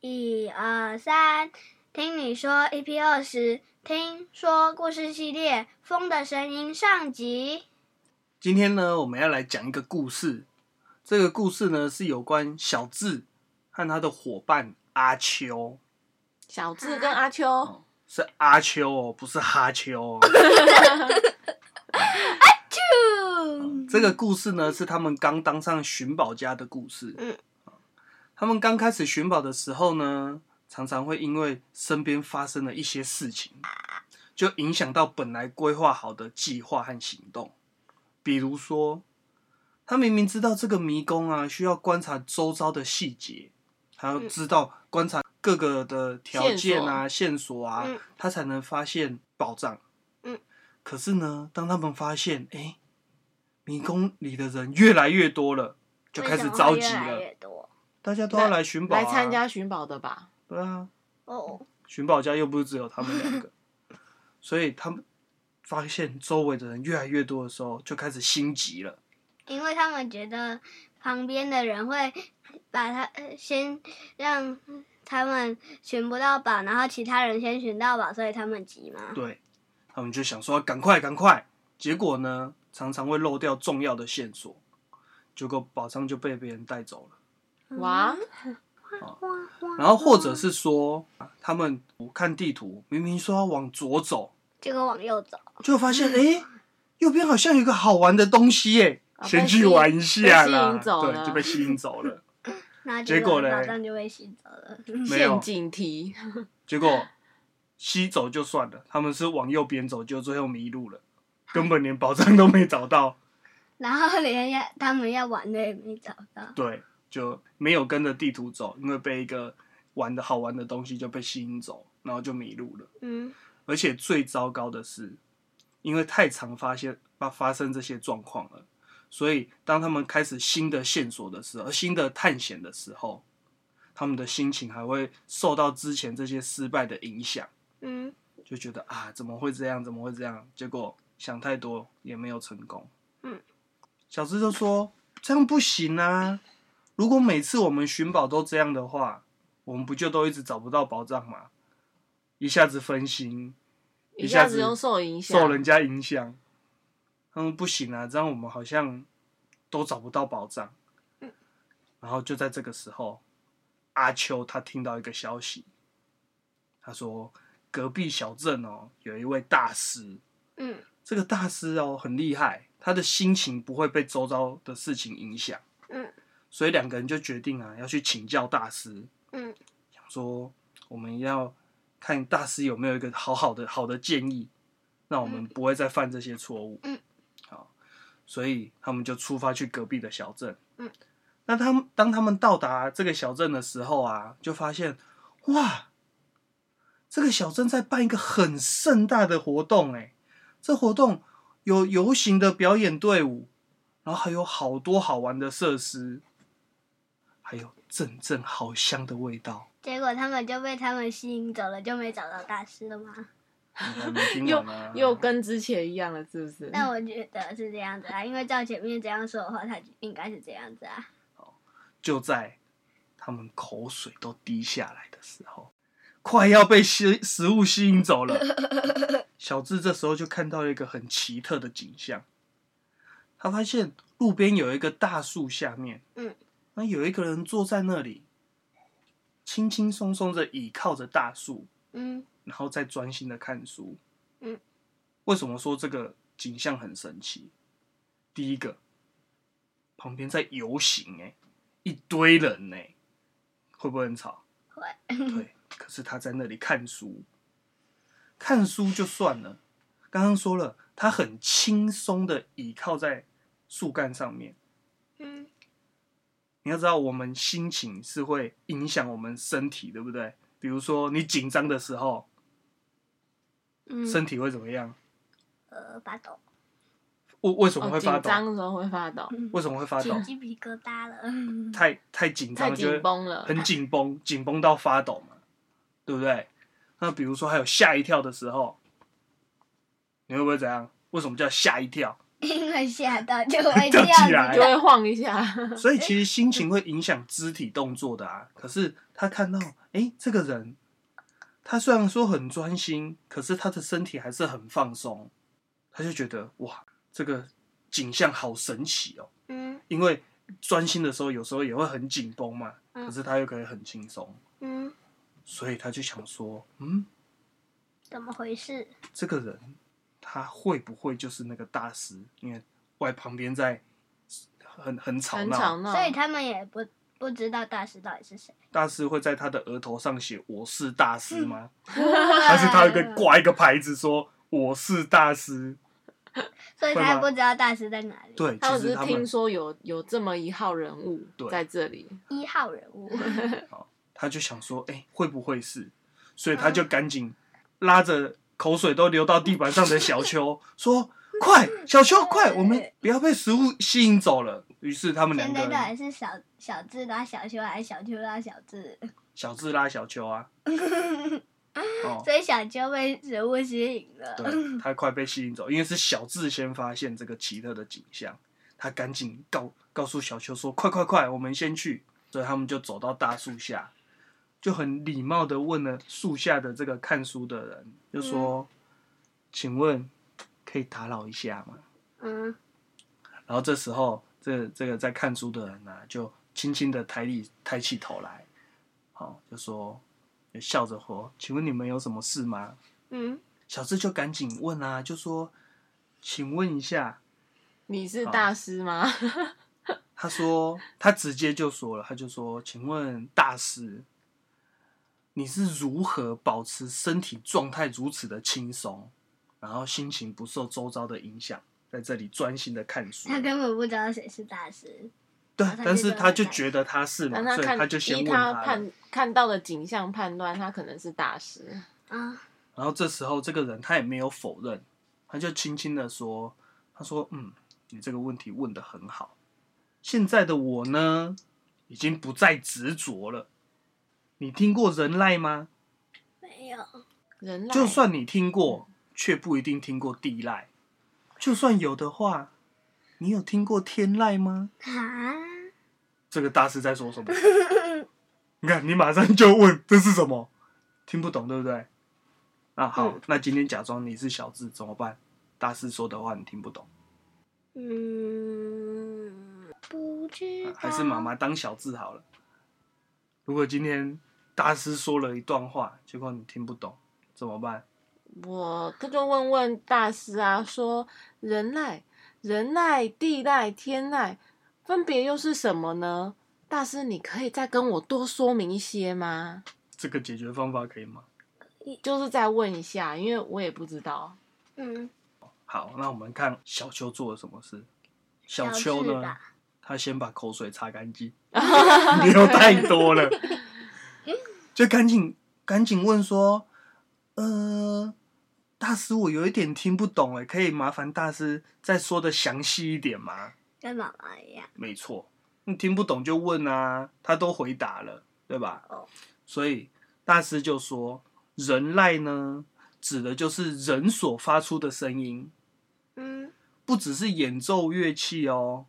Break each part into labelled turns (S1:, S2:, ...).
S1: 一二三，听你说 EP 二十，听说故事系列《风的声音》上集。
S2: 今天呢，我们要来讲一个故事。这个故事呢，是有关小智和他的伙伴阿秋，
S3: 小智
S1: 啊
S3: 跟阿秋，
S2: 是阿秋哦，不是哈秋哦。
S1: 啾
S2: 这个故事呢，是他们刚当上寻宝家的故事。
S1: 嗯
S2: 他们刚开始寻宝的时候呢，常常会因为身边发生了一些事情，就影响到本来规划好的计划和行动。比如说，他明明知道这个迷宫啊，需要观察周遭的细
S1: 嗯
S2: 节，还要知道观察各个的条件啊、线索啊，
S1: 嗯
S2: 他才能发现宝藏。
S1: 嗯，
S2: 可是呢，当他们发现，哎、迷宫里的人越来越多了，就开始着急
S1: 为什么会越
S2: 了
S1: 来。越多
S2: 大家都要来寻宝、啊，
S3: 来参。加寻宝的吧？
S2: 对啊，
S1: 哦，
S2: 寻宝家又不是只有他们两个， 所以他们发现周围的人越来越多的时候，就开始心急了。
S1: 因为他们觉得旁边的人会把他呃先让他们寻不到宝，然后其他人先寻到宝，所以他们急嘛。
S2: 对，他们就想说赶快赶快，结果呢，常常会漏掉重要的线索，结果宝藏就被别人带走了。
S1: 嗯
S3: 哇，
S2: 然后或者是说，他们看地图，明明说要往左走，
S1: 结果往右走，
S2: 就发
S3: 嗯
S2: 现哎、诶右边好像有一个好玩的东西耶、
S3: 啊
S2: 先
S3: 被
S2: 去
S3: 吸引
S2: 玩一下
S3: 被吸
S2: 啦，
S3: 引走
S2: 对，
S3: 了
S2: 就被吸引走 了。
S1: 然后
S2: 结果嘞
S1: 宝藏就被吸走了。
S2: 没有
S3: 嗯陷阱题，
S2: 结果西走就算了，他们是往右边走，就最后迷路了，根本连宝藏都没找到。
S1: 然后连要他们要玩的也没找到，
S2: 对，就没有跟着地图走，因为被一个玩的好玩的东西就被吸引走，然后就迷路了。
S1: 嗯，
S2: 而且最糟糕的是，因为太常发现发发生这些状况了，所以当他们开始新的线索的时候，新的探险的时候，他们的心情还会受到之前这些失败的影响。
S1: 嗯，
S2: 就觉得啊，怎么会这样？怎么会这样？结果想太多也没有成功。
S1: 嗯，
S2: 小智就说这样不行啊！如果每次我们寻宝都这样的话，我们不就都一直找不到宝藏吗？一下子分心，
S3: 一
S2: 下
S3: 下子又受影响，
S2: 受人家影响。嗯，不行啊，这样我们好像都找不到宝藏。
S3: 嗯
S2: 然后就在这个时候，阿秋他听到一个消息，他说隔壁小镇哦有一位大师，
S1: 嗯，
S2: 这个大师哦很厉害，他的心情不会被周遭的事情影响。
S1: 嗯，
S2: 所以两个人就决定啊要去请教大师。
S1: 嗯，
S2: 想说我们要看大师有没有一个好好的好的建议，让我们不会再犯这些错误。
S1: 嗯，
S2: 好，所以他们就出发去隔壁的小镇。
S1: 嗯，
S2: 那他们当他们到达这个小镇的时候啊，就发现哇，这个小镇在办一个很盛大的活动、欸，这活动有游行的表演队伍，然后还有好多好玩的设施，还有阵阵好香的味道。
S1: 结果他们就被他们吸引走了，就没找到大师了吗？
S2: 你没听
S3: 又
S2: 完啊
S3: 又跟之前一样了，是不是？
S1: 那我觉得是这样子啊，因为照前面这样说的话，他应该是这样子啊。
S2: 就在他们口水都滴下来的时候，快要被吸食物吸引走了。 小智这时候就看到了一个很奇特的景象，他发现路边有一个大树下面，
S1: 嗯，
S2: 那有一个人坐在那里，轻轻松松的倚靠着大树，
S1: 嗯
S2: 然后再专心的看书。
S1: 嗯，
S2: 为什么说这个景象很神奇？第一个，旁边在游行、欸，一堆人呢、欸会不会很吵？
S1: 会。
S2: 对，可是他在那里看书，看书就算了，刚刚说了，他很轻松的倚靠在树干上面。
S1: 嗯
S2: 你要知道，我们心情是会影响我们身体，对不对？比如说你紧张的时候，
S1: 嗯，
S2: 身体会怎么样？
S1: 呃，发抖，
S2: 为为什么
S3: 哦，
S2: 会
S3: 紧
S2: 发抖？嗯
S3: 张的时候会发抖，
S2: 为什么会发
S1: 起
S2: 抖？
S1: 鸡皮疙瘩了。
S2: 太太紧
S3: 太
S2: 张，就
S3: 紧
S2: 会
S3: 绷了，
S2: 很紧绷，紧绷到发抖嘛，对不对？那比如说还有吓一跳的时候，你会不会怎样？为什么叫吓一跳？
S1: 因为吓到 就会
S2: 就
S1: 这样
S2: 起来
S3: 就
S1: 子
S3: 会晃一下，
S2: 所以其实心情会影响肢体动作的啊。可是他看到，诶，这个人，他虽然说很专心，可是他的身体还是很放松，他就觉得哇，这个景象好神奇哦。
S1: 嗯
S2: 因为专心的时候，有时候也会很紧绷嘛，
S1: 嗯
S2: 可是他又可以很轻松，
S1: 嗯，
S2: 所以他就想说，嗯，
S1: 怎么回事？
S2: 这个人他会不会就是那个大师？因为外旁边在很很吵
S3: 很
S2: 闹，
S3: 吵闹。
S1: 所以他们也不不知道大师到底是 谁，
S2: 大师会在他的额头上写“我是大
S3: 嗯
S2: 师”吗？还是他会挂一个牌子说“我是大师
S1: 所以
S2: 会
S1: 他
S2: 吗
S1: 不知道大师在哪”？里。，
S2: 对，
S3: 他
S2: 其
S3: 们
S2: 实
S3: 只是
S2: 他
S3: 听
S2: 们
S3: 说有有这么一号人物
S2: 对
S3: 在这里，
S1: 一号人物，
S2: 他就想说，哎、会不会是？所以他就赶紧拉着口水都流到地板上的小秋说：“快，小秋，快，我们不要被食物吸引走了。”于是他们两
S1: 现
S2: 个
S1: 在到
S2: 人
S1: 底是小小智拉小秋还是小秋拉小智？
S2: 小智拉小秋啊，哦，
S1: 所以小秋被食物吸引了。
S2: 对他快被吸引走，因为是小智先发现这个奇特的景象，他赶紧告告诉小秋说：“快快快，我们先去。”所以他们就走到大树下，就很礼貌的问了树下的这个看书的人，就说：“请问可以打扰一下吗
S1: 嗯，？”
S2: 然后这时候，这这个在看书的人呢、就轻轻的抬起抬起头来，好、就说就笑着说：“请问你们有什么事吗？”
S1: 嗯，
S2: 小智就赶紧问啊，就说：“请问一下。
S3: 你是
S2: 啊
S3: 大师吗？”
S2: 他说，他直接就说了，他就说：“请问大师，你是如何保持身体状态如此的轻松，然后心情不受周遭的影响，在这里专心的看书
S1: 他？”根本不知道谁是大师。
S2: 对
S1: 他，就
S2: 但是
S1: 觉得
S2: 他就觉得他是嘛
S3: 但，他
S2: 所以
S3: 看
S2: 他就先
S3: 依
S2: 问
S3: 他
S2: 了
S3: 判看到的景象判断，他可能是大师。
S1: 啊，
S2: 然后这时候这个人他也没有否认，他就轻轻的说：“他说，嗯，你这个问题问得很好。现在的我呢，已经不再执着了。你听过人赖吗？
S1: 没有，啊
S3: 人来
S2: 就算你听过，却不一定听过地赖。就算有的话，你有听过天籁吗？
S1: 啊，
S2: 这个大师在说什么？ 你看，你马上就问这是什么，听不懂对不对？啊，好，
S3: 嗯
S2: 那今天假装你是小智怎么办？大师说的话你听不懂，
S1: 嗯，不知
S2: 啊
S1: 道。
S2: 还是妈妈当小智好了。如果今天大师说了一段话，结果你听不懂，怎么办？
S3: 我他就问问大师啊，说人赖、人赖、地赖、天赖，分别又是什么呢？大师，你可以再跟我多说明一些吗？
S2: 这个解决方法可以吗？
S3: 就是再问一下，因为我也不知道。
S1: 嗯，
S2: 好，那我们看小秋做了什么事。小
S1: 小智
S2: 秋呢
S1: 吧，
S2: 他先把口水擦 干净，流太多了，
S1: 嗯
S2: 就赶紧赶紧问说，呃，大师，我有一点听不懂哎，可以麻烦大师再说的详细一点吗？
S1: 跟妈妈一样。
S2: 没错，你听不懂就问啊，他都回答了，对吧？
S1: 哦
S2: 所以大师就说，人籁呢，指的就是人所发出的声音，
S1: 嗯
S2: 不只是演奏乐器哦，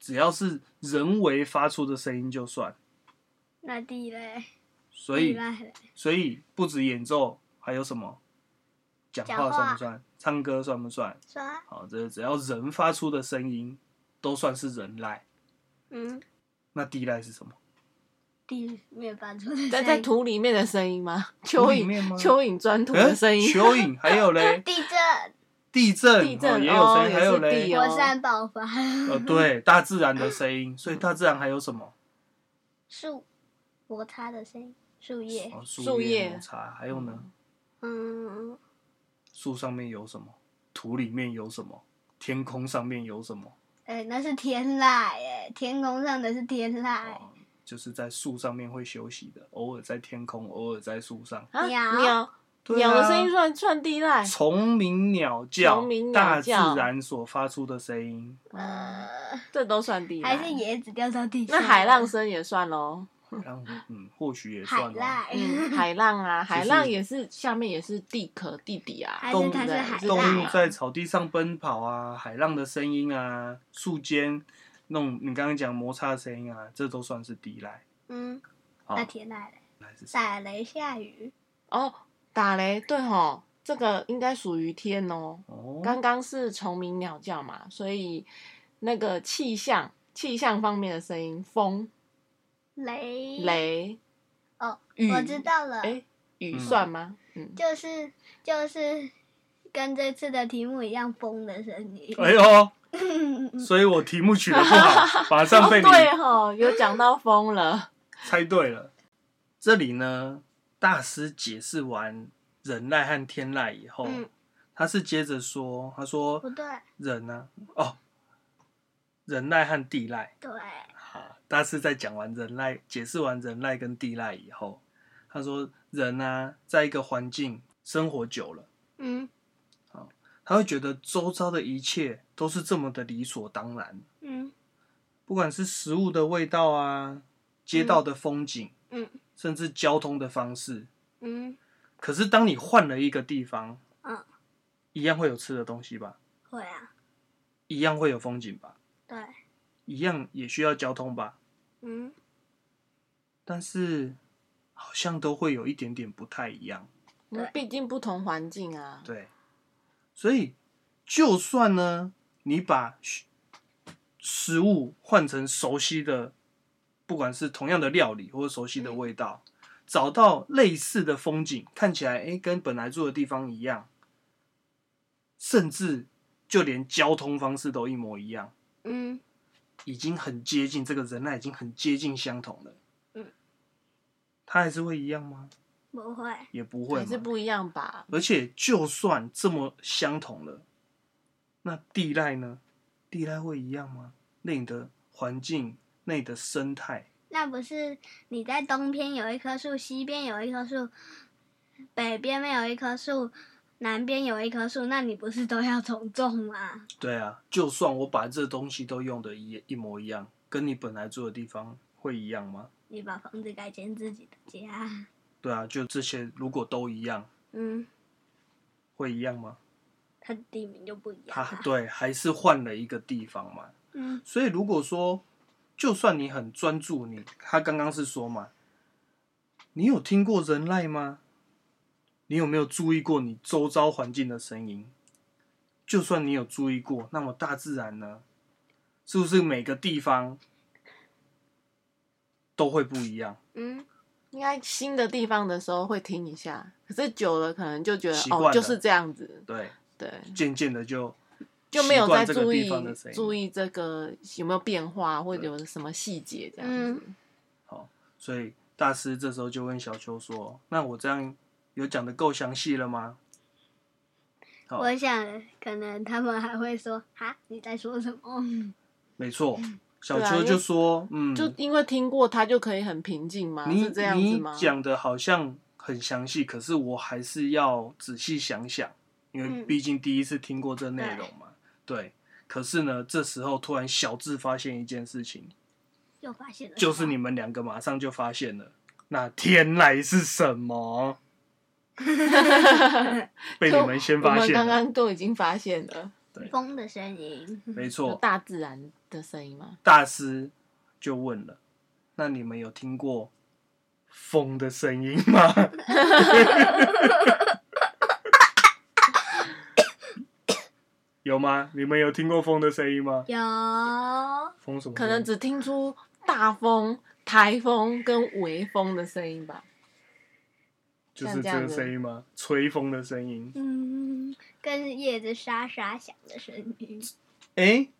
S2: 只要是人为发出的声音就算。，
S1: 那地嘞？
S2: 所
S1: 地
S2: 以，
S1: 赖嘞
S2: 所以不止演奏，还有什么？讲
S1: 讲
S2: 话
S1: 话
S2: 算不算？唱歌算不算？
S1: 说，
S2: 好，这只要人发出的声音都算是人籁。
S1: 嗯，
S2: 那地籁是什么？
S1: 地面发出的声音
S3: 在在土里面的声音吗？
S2: 土
S3: 蚯
S2: 里面吗
S3: 蚓蚯蚓钻土的声音，
S2: 诶蚯蚓，还有 嘞，
S1: 地震、
S2: 地震，
S3: 地震
S2: 哦也有
S3: 哦
S2: 声音，
S3: 也
S2: 还有
S3: 是地
S2: 嘞，
S3: 有
S1: 火山爆发、
S2: 呃，对，大自然的声音。所以大自然还有什么？
S1: 树摩擦的声音、树叶，
S2: 哦，
S3: 树
S2: 叶
S3: 叶
S2: 摩擦，还有呢？
S1: 嗯，
S2: 树上面有什么，土里面有什么，天空上面有什么，
S1: 哎、那是天籁，哎，天空上的是天
S3: 哎
S1: 籁，
S2: 哦就是在树上面会休息的，偶尔在天空，偶尔在树上。
S3: 啊
S1: 鸟
S3: 鸟
S2: 对
S3: 鸟
S2: 啊
S3: 的声音算算地赖。
S2: 虫鸣鸟叫
S3: 虫鸣，
S2: 大
S3: 鸟
S2: 自
S3: 叫
S2: 然所发出的声音，
S3: 嗯
S1: 呃，
S3: 这都算地赖，
S1: 还是椰子掉到地上，
S3: 那海浪声也算喽。
S2: 让嗯，或许也
S1: 海
S2: 算哦吧。
S1: 赖，
S3: 嗯，海浪啊，海
S2: 是
S3: 浪也是下面也是地壳地底啊，
S1: 还
S2: 动
S1: 是
S2: 物
S1: 它是
S3: 在
S1: 海
S2: 动物
S1: 赖，
S3: 啊
S2: 在草地上奔跑啊，海浪的声音啊，树尖那种你刚刚讲摩擦的声音啊，这都算是地赖。
S1: 嗯，
S2: 好
S1: 那，天赖嘞，
S2: 来是
S1: 打雷下雨，
S3: 哦，打雷，对吼，这个应该属于天哦。
S2: 哦，
S3: 刚刚是虫鸣鸟叫嘛，所以那个气象气象方面的声音，风、
S1: 雷，
S3: 雷、
S1: 哦，
S3: 雨，
S1: 我知道了，
S3: 哎，雨
S2: 嗯
S3: 算吗？嗯，
S1: 就是就是跟这次的题目一样，风的声音。
S2: 哎呦，所以我题目取得不好，马上
S3: 哦
S2: 被你
S3: 对吼，有讲到 风了。
S2: 猜对了。这里呢，大师解释完人籁和天籁以后，
S1: 嗯
S2: 他是接着说，他说
S1: 不对，
S2: 人呢、哦，人籁和地籁。
S1: 对，
S2: 好，大师在讲完人籁，解释完人籁跟地籁以后，他说人啊，在一个环境生活久了，
S1: 嗯
S2: 他会觉得周遭的一切都是这么的理所当然，
S1: 嗯
S2: 不管是食物的味道啊，街道的风景，
S1: 嗯
S2: 甚至交通的方式。
S1: 嗯，
S2: 可是当你换了一个地方，
S1: 嗯，
S2: 一样会有吃的东西吧，
S1: 会啊，
S2: 一样会有风景吧，
S1: 对，
S2: 一样也需要交通吧，
S1: 嗯
S2: 但是好像都会有一点点不太一样。
S3: 那
S1: 对
S3: 毕竟不同环境啊，
S2: 对，所以就算呢，你把食食物换成熟悉的，不管是同样的料理或者熟悉的味道，找到类似的风景，看起来诶跟本来住的地方一样，甚至就连交通方式都一模一样，
S1: 嗯
S2: 已经很接近这个人啊类已经很接近相同了。
S1: 嗯，
S2: 它还是会一样吗？
S1: 不会，
S2: 也不会
S3: 还
S2: 嘛，
S3: 是不一样吧。
S2: 而且就算这么相同了，那地赖呢？地赖会一样吗？那你的环境、那你的生态，
S1: 那不是你在东边有一棵树，西边有一棵树，北边没有一棵树，南边有一棵树，那你不是都要重种吗？
S2: 对啊，就算我把这东西都用的一一模一样，跟你本来住的地方会一样吗？
S1: 你把房子改建自己的家，
S2: 对啊，就这些如果都一样，
S1: 嗯，
S2: 会一样吗？
S1: 它的地名就不一样
S2: 它
S1: 啊，
S2: 对，还是换了一个地方嘛。
S1: 嗯
S2: 所以如果说，就算你很专注你，他刚刚是说嘛，你有听过人籁吗？你有没有注意过你周遭环境的声音？就算你有注意过，那么大自然呢，是不是每个地方都会不一样？
S1: 嗯，
S3: 应该新的地方的时候会听一下，可是久了可能就觉得
S2: 习惯了
S3: 哦就是这样子，
S2: 对，
S3: 对，
S2: 渐渐的就
S3: 嗯就没有
S2: 习惯
S3: 再
S2: 这个
S3: 注
S2: 地
S3: 意
S2: 方的声音
S3: 注意这个有没有变化或者有什么细节这样子。
S2: 好，所以大师这时候就问小秋说：“那我这样有讲的够详细了吗？”好
S1: 我想可能他们还会说哈你在说什么？
S2: 没错，小
S3: 对啊
S2: 秋
S3: 因为
S2: 就说：“嗯，
S3: 就因为听过它就可以很平静吗？
S2: 你
S3: 是这样子
S2: 你
S3: 吗？
S2: 讲的好像很详细，可是我还是要仔细想想，因为
S1: 嗯
S2: 毕竟第一次听过这内容嘛。对，可是呢，这时候突然小智发现一件事情，
S1: 又发现了什么，
S2: 就是你们两个马上就发现了，那天籁是什 么？被你们先发
S3: 我们
S2: 现
S3: 刚
S2: 了，
S3: 刚都已经发现了，
S1: 风的声音，
S2: 没
S3: 就
S2: 错。
S3: 大自然的声音吗？
S2: 大师就问了：“那你们有听过风的声音吗？” 有吗？你们有听过风的声音吗？
S1: 有
S2: 风什么声
S3: 可
S2: 音？
S3: 能只听出大风、台风跟微风的声音吧。
S2: 就是这
S3: 像这
S2: 个
S3: 样子
S2: 声音吗？吹风的声音。
S1: 嗯，跟叶子沙沙响的声音，
S2: 诶，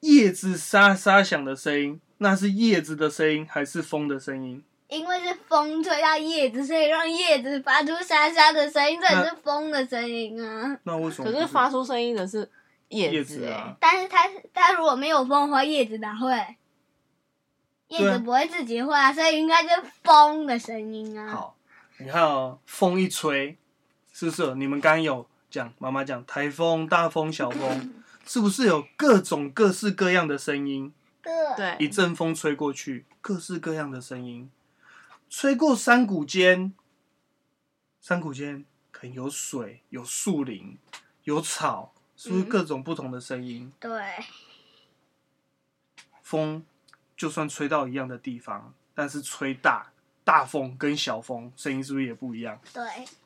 S2: 叶子沙沙响的声音，那是叶子的声音还是风的声音？
S1: 因为是风吹到叶子，所以让叶子发出沙沙的声音，这也是风的声音啊。
S2: 那为什么
S3: 可
S2: 不？
S3: 是发出声音的是
S2: 叶
S3: 叶
S2: 子
S3: 子哎、
S2: 啊，
S1: 但是它它如果没有风的话，叶子哪会？叶
S2: 对
S1: 子
S2: 啊
S1: 不会自己会啊，所以应该是风的声音啊。
S2: 好，你看哦，风一吹，是不是？你们刚刚有讲，妈妈讲台风、大风、小风，是不是有各种各式各样的声音？
S1: 对，
S3: 欸对，
S2: 一阵风吹过去，各式各样的声音，吹过山谷间，山谷间可能有水、有树林、有草，是不是
S1: 嗯
S2: 各种不同的声音？
S1: 对，
S2: 风就算吹到一样的地方，但是吹大大风跟小风声音是不是也不一样？
S1: 对，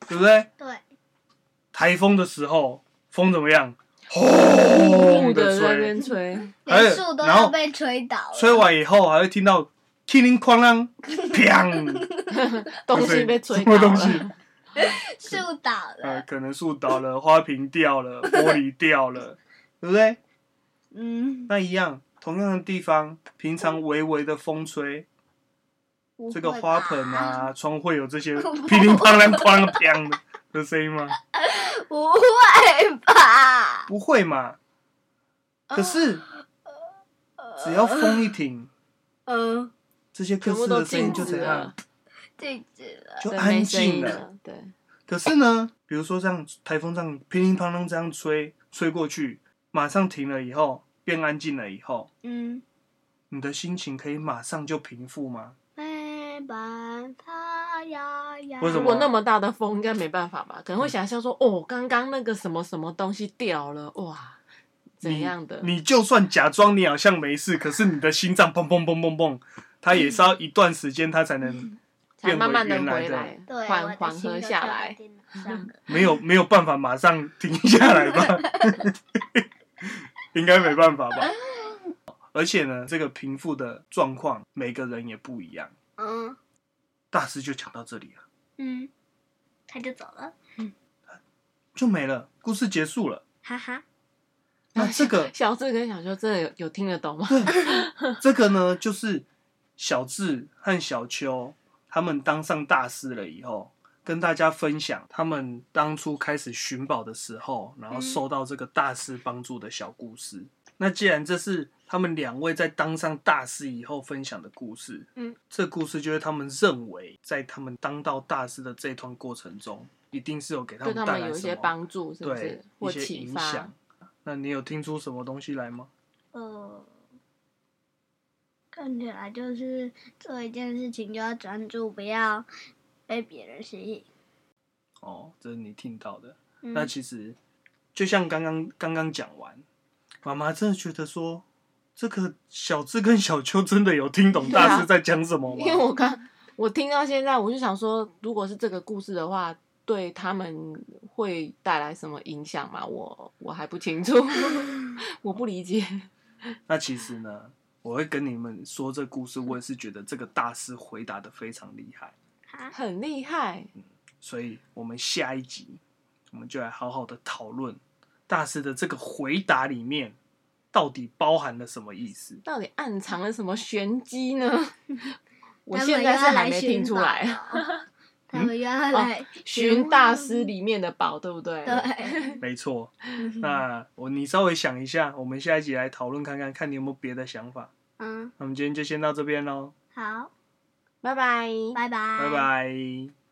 S2: 对不对？
S1: 对，
S2: 台风的时候，风怎么样？
S3: 木
S2: 轰
S3: 的
S2: 的
S3: 在那
S2: 吹，
S3: 边吹，
S2: 哎
S1: 连树都
S2: 然
S1: 要
S2: 后
S1: 被吹倒了。
S2: 吹完以后还会听到“叮铃哐啷”，砰，
S3: 东西被吹
S2: 什
S3: 倒
S2: 么东西？
S3: 了，
S1: 树倒
S2: 呃，
S1: 了，
S2: 可能树倒了，花瓶掉了，玻璃掉了， 对不对？
S1: 嗯，
S2: 那一样，同样的地方，平常微微的风吹，
S1: 不
S2: 这个
S1: 会
S2: 花
S1: 吧
S2: 盆， 啊、窗户有这些噼里啪啦、哐啷、砰的的声音吗？
S1: 不会吧？
S2: 不会嘛？可 是只要风一停，
S1: 嗯，
S2: 这些各
S3: 全部
S2: 式
S3: 都
S2: 的声
S3: 静
S2: 音就
S3: 止
S2: 怎样
S3: 了，，
S1: 禁止了，
S2: 就
S3: 对，
S2: 安
S3: 没声
S2: 静
S3: 音
S2: 了。
S3: 了，对，
S2: 可是呢，比如说像台风这样乒铃乓啷这样吹吹过去，马上停了以后变安静了以后，
S1: 嗯，
S2: 你的心情可以马上就平复吗？
S1: 没办法呀呀。
S2: 为什
S3: 如
S2: 么嗯
S3: 果那么大的风，应该没办法吧？可能会想象说，哦，刚刚那个什么什么东西掉了，哇，怎样的？
S2: 你？你就算假装你好像没事，可是你的心脏砰砰砰砰砰，它也是要一段时间它才
S3: 嗯
S2: 能
S3: 才慢慢的
S2: 变回
S3: 回
S2: 原来
S3: 来，
S1: 对，我
S3: 缓
S1: 的
S3: 缓
S1: 心
S3: 和
S1: 都掉
S3: 下
S1: 在
S3: 来。
S1: 电脑 上了
S2: 没有没有办法马上停下来吧？ 应该没办法吧？而且呢，这个平复的状况每个人也不一样。
S1: 嗯
S2: 大师就讲到这里了，
S1: 嗯，他就走了，
S2: 就没了，故事结束了。
S1: 哈哈。
S3: 哎
S2: 那这个
S3: 小智跟小修真的有有听得懂吗？
S2: 这个呢，就是小智和小秋他们当上大师了以后，跟大家分享他们当初开始寻宝的时候，然
S3: 嗯
S2: 后受到这个大师帮助的小故事。那既然这是他们两位在当上大师以后分享的故事，
S1: 嗯，
S2: 这故事就是他们认为在他们当到大师的这段过程中，一定是有给他
S3: 对
S2: 们
S3: 他
S2: 带
S3: 们
S2: 来
S3: 有一
S2: 什
S3: 些
S2: 么
S3: 帮助，是不
S2: 对
S3: 是？或
S2: 一些
S3: 启
S2: 影
S3: 发
S2: 响？。那你有听出什么东西来吗？
S1: 呃，看起来就是做一件事情就要专注，不要被别人吸引。
S2: 哦，这是你听到的。
S1: 嗯
S2: 那其实就像刚刚刚刚讲完，妈妈真的觉得说，这个小智跟小秋真的有听 懂
S3: 对啊
S2: 大师在讲什 么吗？
S3: 因为我刚我听到现在，我就想说，如果是这个故事的话，对他们会带来什么影响吗？我我还不清楚， 我不理解。
S2: 那其实呢，我会跟你们说这故事，我也是觉得这个大师回答的非常厉害，
S1: 哈，
S3: 很厉害，
S2: 所以我们下一集我们就来好好的讨论大师的这个回答里面到底包含了什么意思。
S3: 到底暗藏了什么玄机 呢？我
S1: 他们
S3: 现在
S1: 又
S3: 是
S1: 要
S3: 还
S1: 来
S3: 没听
S1: 寻
S3: 出
S1: 宝
S3: 来，
S1: 了他们又要
S3: 哦
S1: 来
S3: 寻大师里面的宝，对不对？
S1: 对，
S2: 没错，
S1: 嗯
S2: 那我你稍微想一下，我们下一集来讨论看看，看你有没有别的想法。
S1: 嗯，
S2: 那我们今天就先到这边喽，
S1: 好，
S3: 拜拜，
S1: 拜拜，
S2: 拜拜。